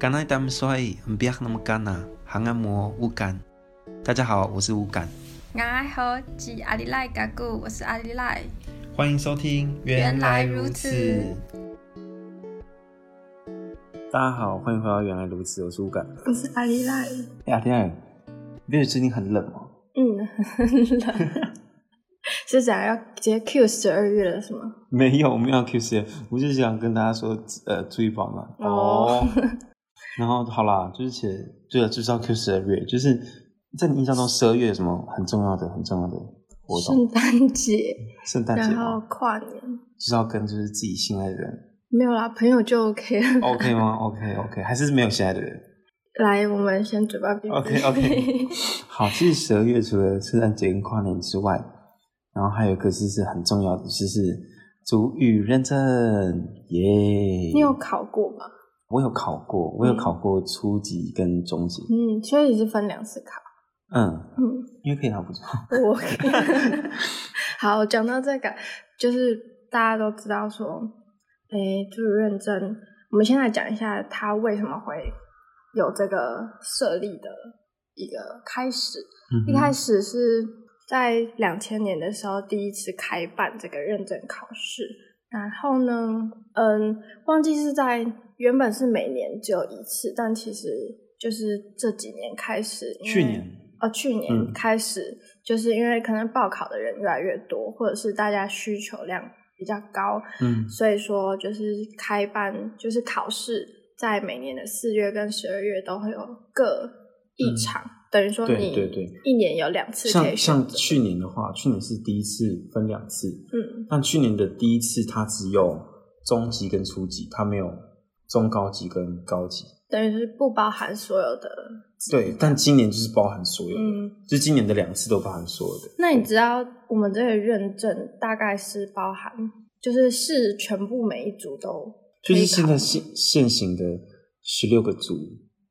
干那他们说不要那么干呐，行按摩乌干。大家好，我是乌干，爱好及阿里赖嘎古，我是阿里赖。欢迎收听。原来如此。大家好，欢迎回到《原来如此》，我是乌干。我是阿里赖。哎呀，天啊，你觉得最近很冷哦？嗯， 很冷。是想要直接 Q 十二月了是吗？没有，没有 Q C，我就想跟大家说，呃，注意保暖哦。然后好啦，就是其实对了，就是要 Q 十二月，就是在你印象中十二月有什么很重要的、很重要的活动？圣诞节，圣诞节然吗后？跨年，就是要跟就是自己心爱的人没有啦，朋友就 OK 了。 ，OK 吗？OK OK，还是没有心爱的人来，我们先嘴巴闭闭。 ？OK OK。好，其实十二月除了圣诞节跟跨年之外，然后还有一个就是很重要的，就是主语认证，耶、 你有考过吗？我有考过，我有嗯考过初级跟中级，嗯，所以是分两次考。嗯，嗯。因为可以拿不错，我 好，讲到这个，就是大家都知道说，诶，就是认真。我们先来讲一下他为什么会有这个设立的一个开始。 一开始始是在两千年的时候第一次开办这个认证考试，然后呢，嗯，忘记是在原本是每年只有一次，但其实就是这几年开始，因为嗯去年，呃，去嗯年开始，就是因为可能报考的人越来越多，或者是大家需求量比较高，嗯所以说就是开办就是考试，在每年的四月跟十二月都会有各一场，等于说嗯对你对对一年有两次可像以选像择。去年的话，去年是第一次分两次，嗯，但去年的第一次它只有中级跟初级，它没有中高级跟高级。等于是不包含所有的。对，但今年就是包含所有的，嗯，就今年的两次都包含所有的。那你知道我们这个认证大概是包含，就是是全部每一组都就是可以现考在现现行的十六个组，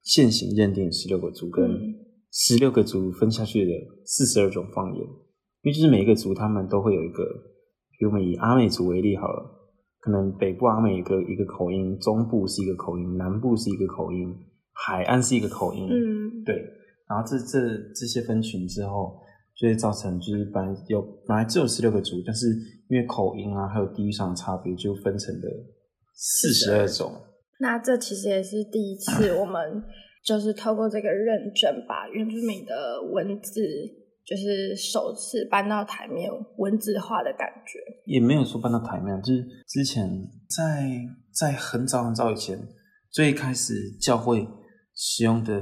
现行认定十六个组跟嗯十六个组分下去的四十二种方言，因为就是每一个族他们都会有一个，比如我们以阿美族为例好了，可能北部阿美有一个一个口音，中部是一个口音，南部是一个口音，海岸是一个口音，嗯对，然后这这这些分群之后，就会造成就是本来有本来只有十六个族，但是因为口音啊还有地域上的差别，就分成了四十二种。那这其实也是第一次，我们就是透过这个认证，把原住民的文字就是首次搬到台面，文字化的感觉。也没有说搬到台面，就是之前在在很早很早以前，最开始教会使用的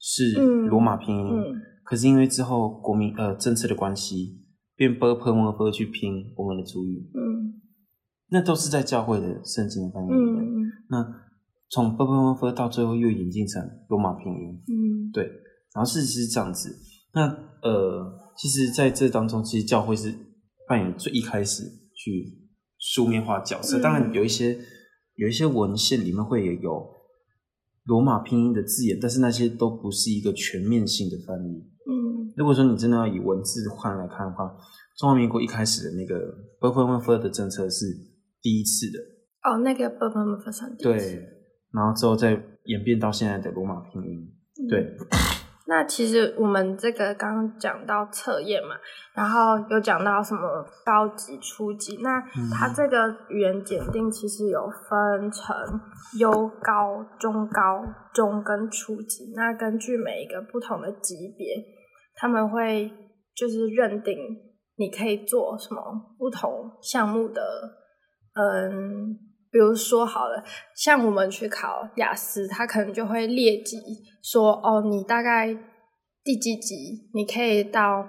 是嗯罗马拼音，嗯可是因为之后国民呃政策的关系，变 b p m p 去拼我们的主语，嗯那都是在教会的圣经的翻译里面。嗯那从 b b m f 到最后又演进成罗马拼音，嗯对，然后事实是这样子。那呃，其实在这当中，其实教会是扮演最一开始去书面化角色。嗯当然有一些有一些文献里面会有罗马拼音的字眼，但是那些都不是一个全面性的翻译。嗯如果说你真的要以文字换来看的话，中华民国一开始的那个 b b m f 的政策是第一次的，哦，那个不不不不算第一次，对，然后之后再演变到现在的罗马拼音，嗯对，那其实我们这个刚刚讲到测验嘛，然后有讲到什么高级、初级，那它这个语言检定其实有分成优高、中高、中跟初级。那根据每一个不同的级别，他们会就是认定你可以做什么不同项目的，嗯，比如说好了，像我们去考雅思，它可能就会列级说，哦，你大概第几级，你可以到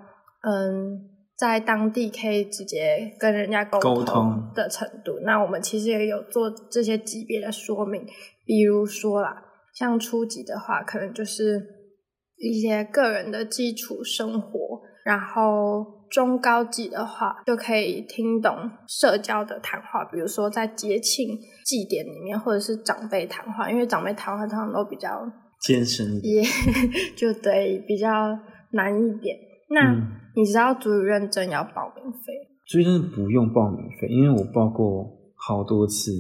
嗯，在当地可以直接跟人家沟沟通的程度。那我们其实也有做这些级别的说明，比如说啦，像初级的话，可能就是一些个人的基础生活，然后中高级的话，就可以听懂社交的谈话，比如说在节庆、祭典里面，或者是长辈谈话，因为长辈谈话通常都比较艰深一点，也 就对比较难一点。那、嗯你知道主语认证要报名费？所以真的不用报名费，因为我报过好多次，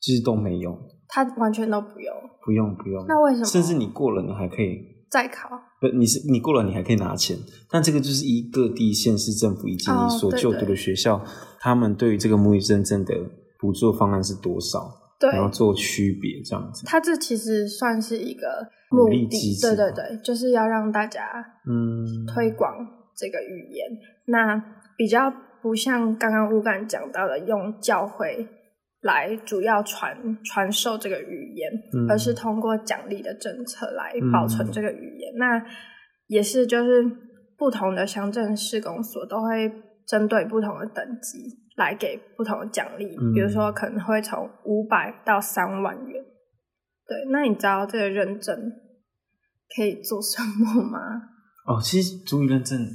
就是都没用。他完全都不用，不用不用，那为什么甚至你过了，你还可以再考？不，你是你过了，你还可以拿钱。但这个就是依各地县市政府以及哦你所对就对读的学校，他们对于这个母语认证的补助方案是多少，对，然后做区别这样子。它这其实算是一个鼓目励的，机制对对嘛对，就是要让大家嗯，推广这个语言。那比较不像刚刚乌干讲到的，用教会来主要传传授这个语言，嗯而是通过奖励的政策来保存嗯这个语言。那也是就是不同的乡镇市公所都会针对不同的等级来给不同的奖励，嗯比如说可能会从五百到三万元。对，那你知道这个认证可以做什么吗？哦，其实主语认证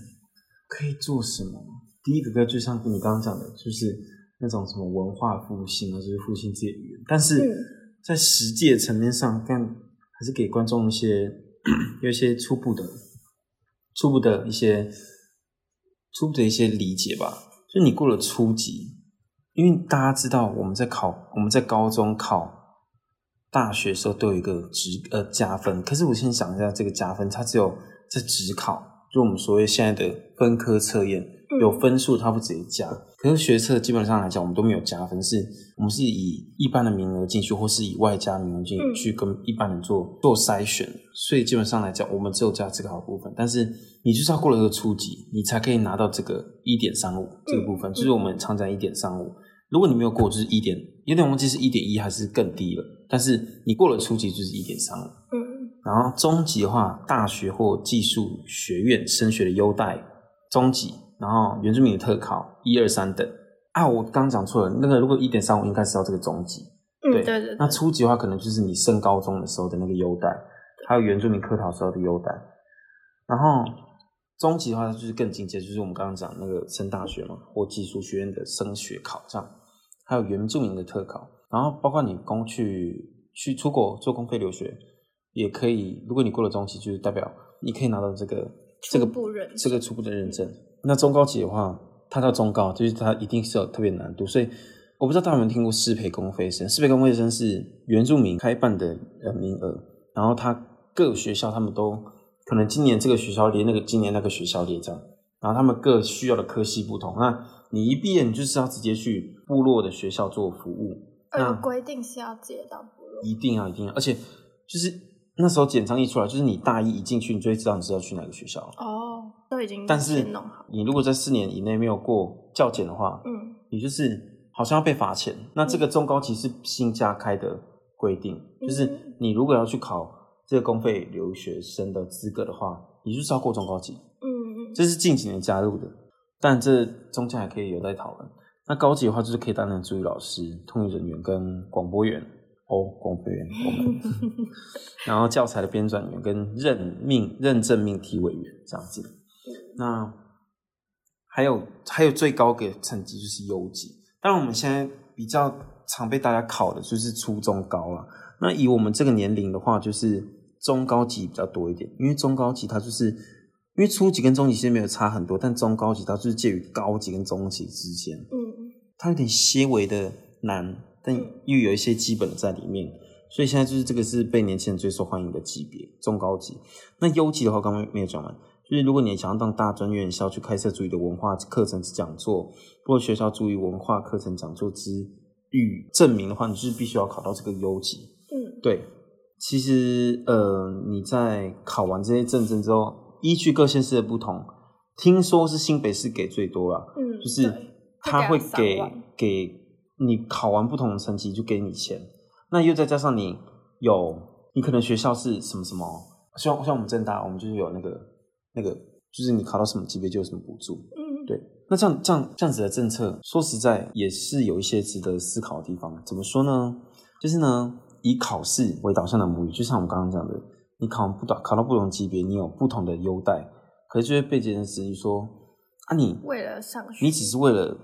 可以做什么？第一个歌就像你刚刚讲的，就是那种什么文化复兴，啊，就是复兴自己的语言。但嗯是在实际的层面上，但还是给观众一些 有一些初步的、初步的一些、初步的一些理解吧。就你过了初级，因为大家知道我们在考，我们在高中考。大学的时候都有一个职呃加分，可是我先想一下，这个加分它只有在职考，就我们所谓现在的分科测验嗯有分数，它不直接加。可是学测基本上来讲，我们都没有加分，是我们是以一般的名额进去，或是以外加名额进去嗯去跟一般人做做筛选。所以基本上来讲，我们只有加职考的部分，但是你就是要过了这个初级，你才可以拿到这个一点三五这个部分，就是我们常讲一点三五。如果你没有过，就是一点，有点忘记是一点一还是更低了。但是你过了初级就是一点三五，嗯然后中级的话，大学或技术学院升学的优待，中级，然后原住民的特考一二三等啊，我刚讲错了，那个如果一点三五应该是要这个中级，嗯，对对对对，那初级的话，可能就是你升高中的时候的那个优待，还有原住民科考时候的优待。然后中级的话，就是更进阶，就是我们刚刚讲那个升大学嘛，或技术学院的升学考这样，还有原住民的特考。然后包括你公去去出国做公费留学，也可以。如果你过了中级，就是代表你可以拿到这个这个初步认证这个初步的认证。那中高级的话，它到中高，就是它一定是有特别难度，所以我不知道大家有没有听过适培公费生。适培公费生是原住民开办的呃名额，然后它各学校他们都可能今年这个学校列那个，今年那个学校列这样，然后他们各需要的科系不同。那你一毕业，你就是要直接去部落的学校做服务，呃那有规定是要接到部落，一定要一定要，而且就是那时候简章一出来，就是你大一一进去，你就会知道你是要去哪个学校了。哦，都已经但是先弄好，哦你如果在四年以内没有过教检的话，嗯你就是好像要被罚钱。那这个中高级是新加开的规定，嗯就是你如果要去考这个公费留学生的资格的话，你就是要过中高级。嗯嗯这是近几年加入的，但这中间还可以有待讨论。那高级的话，就是可以担任助理老师、通译人员跟广播员哦，广播员，广播员然后教材的编撰员跟任命认证命题委员这样子。那还有还有最高的成绩就是优级，当然我们现在比较常被大家考的就是初中高了。那以我们这个年龄的话，就是中高级比较多一点，因为中高级它就是因为初级跟中级其实没有差很多，但中高级它就是介于高级跟中级之间，嗯，它有点些微的难，但又有一些基本的在里面。所以现在就是这个是被年轻人最受欢迎的级别，中高级。那优级的话，我刚刚没有讲完，就是如果你想要到大专院校去开设主语的文化课程之讲座，或者学校主语文化课程讲座之语证明的话，你就是必须要考到这个优级。嗯对，其实呃，你在考完这些证证之后，依据各县市的不同，听说是新北市给最多了，嗯，就是对他会会给给他三万给你考完不同的成绩就给你钱，那又再加上你有你可能学校是什么什么，像像我们正大，我们就是有那个那个，就是你考到什么级别就有什么补助，嗯对，那这样这样这样子的政策，说实在也是有一些值得思考的地方。怎么说呢？就是呢，以考试为导向的母语，就像我们刚刚讲的，你考不到考到不同级别，你有不同的优待，可是就会被别人质疑说啊你，为了上学，你只是为了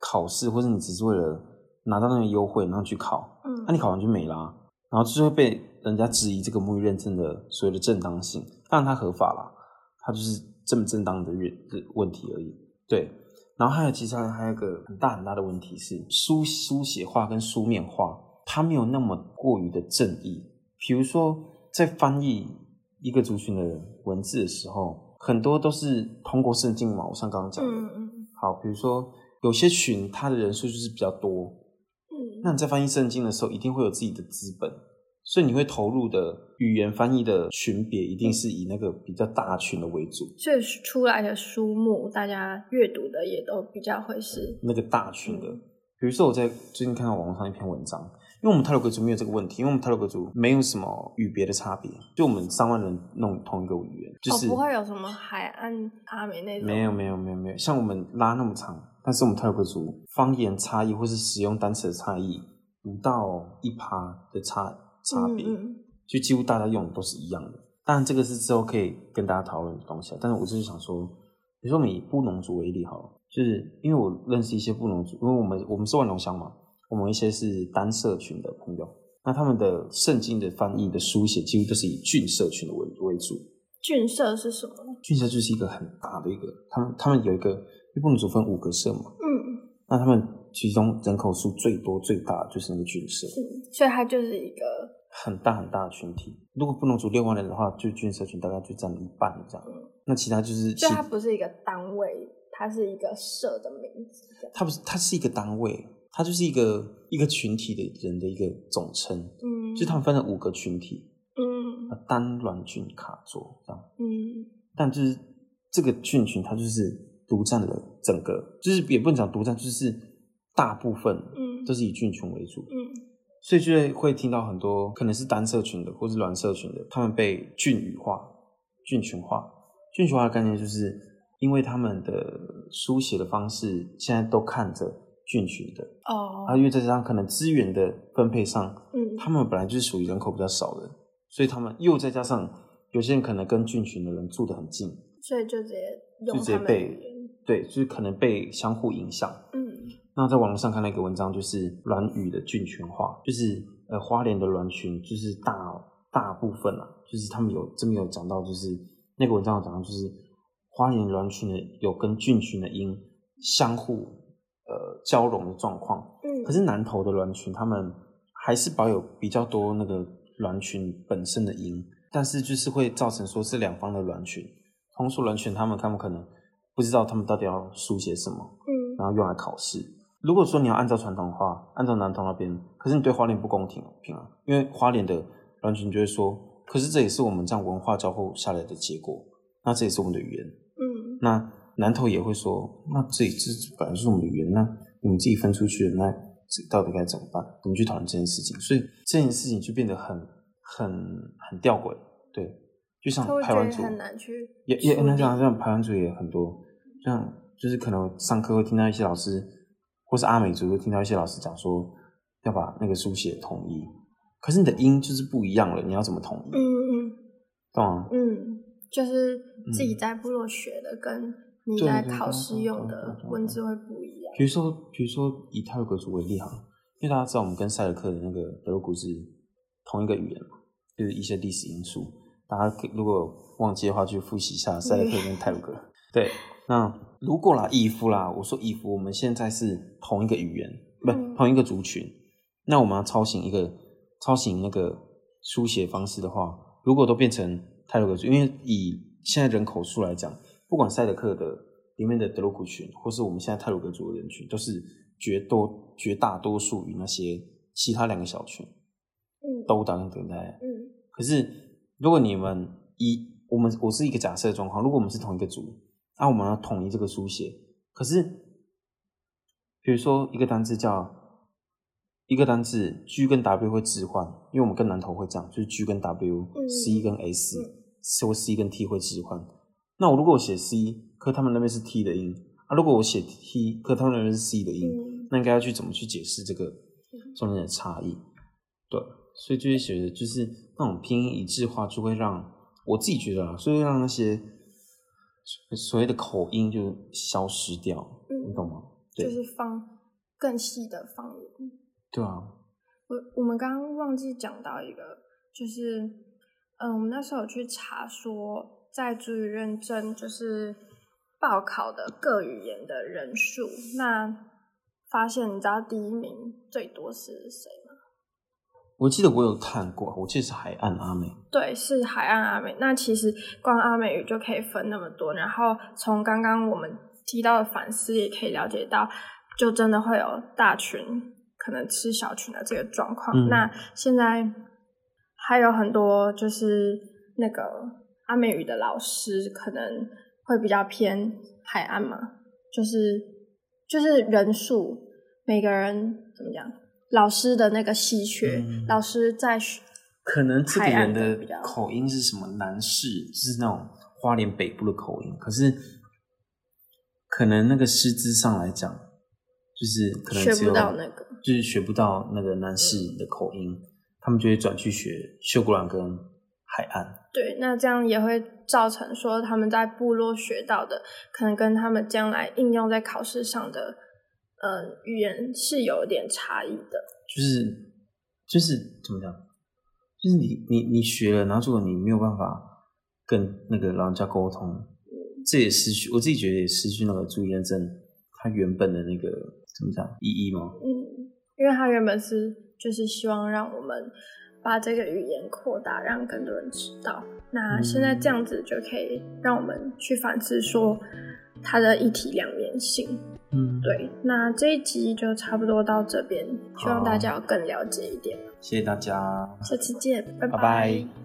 考试，或者你只是为了拿到那个优惠，然后去考，嗯那、啊你考完就没啦、然后就会被人家质疑这个母语认证的所谓的正当性。当然它合法啦，它就是正不正当的认的问题而已。对，然后还有其实还还有一个很大很大的问题是书书写化跟书面化，它没有那么过于的正义。比如说在翻译一个族群的文字的时候，很多都是通过圣经嘛，我像刚刚讲的。嗯嗯好，比如说有些群它的人数就是比较多，嗯，那你在翻译圣经的时候，一定会有自己的资本，所以你会投入的语言翻译的群别，一定是以那个比较大群的为主，所以出来的书目，大家阅读的也都比较会是，那个大群的嗯。比如说，我在最近看到网络上一篇文章，因为我们泰鲁格族没有这个问题，因为我们泰鲁格族没有什么语别的差别，就我们三万人弄同一个语言，就是、哦，不会有什么海岸阿美那种，嗯没有没有没有没有，像我们拉那么长，但是我们泰鲁格族方言差异或是使用单词的差异不到一趴的差差别，嗯嗯就几乎大家用的都是一样的。当然，这个是之后可以跟大家讨论的东西啊。但是我就是想说，比如说我们以布农族为例好了，就是因为我认识一些布农族，因为我们我们是万隆乡嘛，我们有一些是单社群的朋友，那他们的圣经的翻译的书写几乎都是以郡社群的为为主。郡社是什么？嗯郡社就是一个很大的一个，他们他们有一个，因为布农族分五个社嘛，嗯，那他们其中人口数最多最大的就是那个郡社，嗯所以它就是一个，很大很大的群体。如果布农族六万人的话，就郡社群大概就占了一半这样嗯。那其他就是其所以它不是一个单位，它是一个社的名字。这样它不是它是一个单位，它就是一个一个群体的人的一个总称，嗯，就他们分了五个群体，嗯啊单卵郡卡卓这样。嗯但就是这个菌群，它就是独占了整个，就是也不能讲独占，就是大部分嗯都是以菌群为主，嗯所以就会会听到很多可能是单社群的或是卵社群的，他们被菌语化、菌群化。菌群化的概念就是因为他们的书写的方式现在都看着菌群的，哦啊，因为再加上可能资源的分配上，嗯他们本来就是属于人口比较少的，所以他们又再加上有些人可能跟菌群的人住得很近。所以就直接用就直接他们的被语言。对，就是可能被相互影响。嗯那在网络上看到一个文章，就是卵语的菌群化，就是呃花莲的卵群，就是大大部分啊，就是他们有这边有讲到，就是那个文章有讲到，就是花莲卵群的有跟菌群的因相互呃交融的状况。嗯，可是南投的卵群，他们还是保有比较多那个卵群本身的因，但是就是会造成说是两方的卵群，同属卵群他们他们可能不知道他们到底要书写什么。嗯然后用来考试。如果说你要按照传统的话，按照南通那边，可是你对花莲不公平平啊，因为花莲的完全就会说，可是这也是我们这样文化交互下来的结果，那这也是我们的语言。嗯那南投也会说，那这这本来就是我们的语言，那你们自己分出去了，那这到底该怎么办？怎么去讨论这件事情？所以这件事情就变得很很很吊诡，对，就像他会台觉湾得族很难去也也处那理像像排湾族也很多，像就是可能上课会听到一些老师，或是阿美族会听到一些老师讲说要把那个书写统一，可是你的音就是不一样了，你要怎么统一？啊嗯嗯懂吗？嗯，就是自己嗯在部落学的跟你对在对考对试对用对的对对文对字会不一样。比如说比如说以泰鲁格族为例哈，因为大家知道我们跟赛德克的那个德鲁古是同一个语言嘛，就是一些历史因素，大家可以如果忘记的话，去复习一下塞德克跟泰鲁格。 对，那如果啦，以夫啦，我说以夫，我们现在是同一个语言，不、嗯同一个族群，那我们要抄行一个抄行那个书写方式的话，如果都变成泰鲁格族，因为以现在人口数来讲，不管赛德克的里面的德鲁古群，或是我们现在泰鲁格族的人群，都是绝多绝大多数于那些其他两个小群嗯都打算等待。嗯可是如果你们一我们我是一个假设的状况，如果我们是同一个组，那、我们要统一这个书写，可是比如说一个单字叫一个单字 G 跟 W 会置换，因为我们跟南头会这样，就是 G 跟 W、嗯 C 跟 S、嗯 C 或 C 跟 T 会置换。那我如果我写 C，可他们那边是 T 的音啊，如果我写 T，可他们那边是 C 的音，嗯那应该要去怎么去解释这个中间的差异？对，所以就会觉得就是那种拼音一致化，就会让我自己觉得啊，所以会让那些所所谓的口音就消失掉，嗯你懂吗？对、就是方更细的方言。对啊，我我们刚刚忘记讲到一个，就是，嗯，我们那时候有去查说，在主语认证就是报考的各语言的人数，那发现你知道第一名最多是谁吗？我记得我有看过，我记得是海岸阿美，对，是海岸阿美。那其实光阿美语就可以分那么多，然后从刚刚我们提到的反思，也可以了解到，就真的会有大群可能吃小群的这个状况。嗯那现在还有很多就是那个阿美语的老师可能会比较偏海岸嘛，就是就是人数，每个人怎么讲，老师的那个稀缺，嗯老师在学。可能这个海岸人的的比较口音是什么南式，就是那种花莲北部的口音，可是可能那个师资上来讲，就是可能学只不有到那个，就是学不到那个南式的口音，他们就会转去学秀姑峦跟海岸。对，那这样也会造成说他们在部落学到的，可能跟他们将来应用在考试上的，嗯，语言是有点差异的。就是就是怎么讲？就是你你你学了，然后如果你没有办法跟那个老人家沟通，这也失去我自己觉得也失去那个朱元正他原本的那个怎么讲意义吗？嗯，因为他原本是就是希望让我们把这个语言扩大，让更多人知道。那现在嗯这样子就可以让我们去反思说它的一体两面性。嗯，，对，那这一集就差不多到这边，希望大家有更了解一点。谢谢大家。下次见，拜拜拜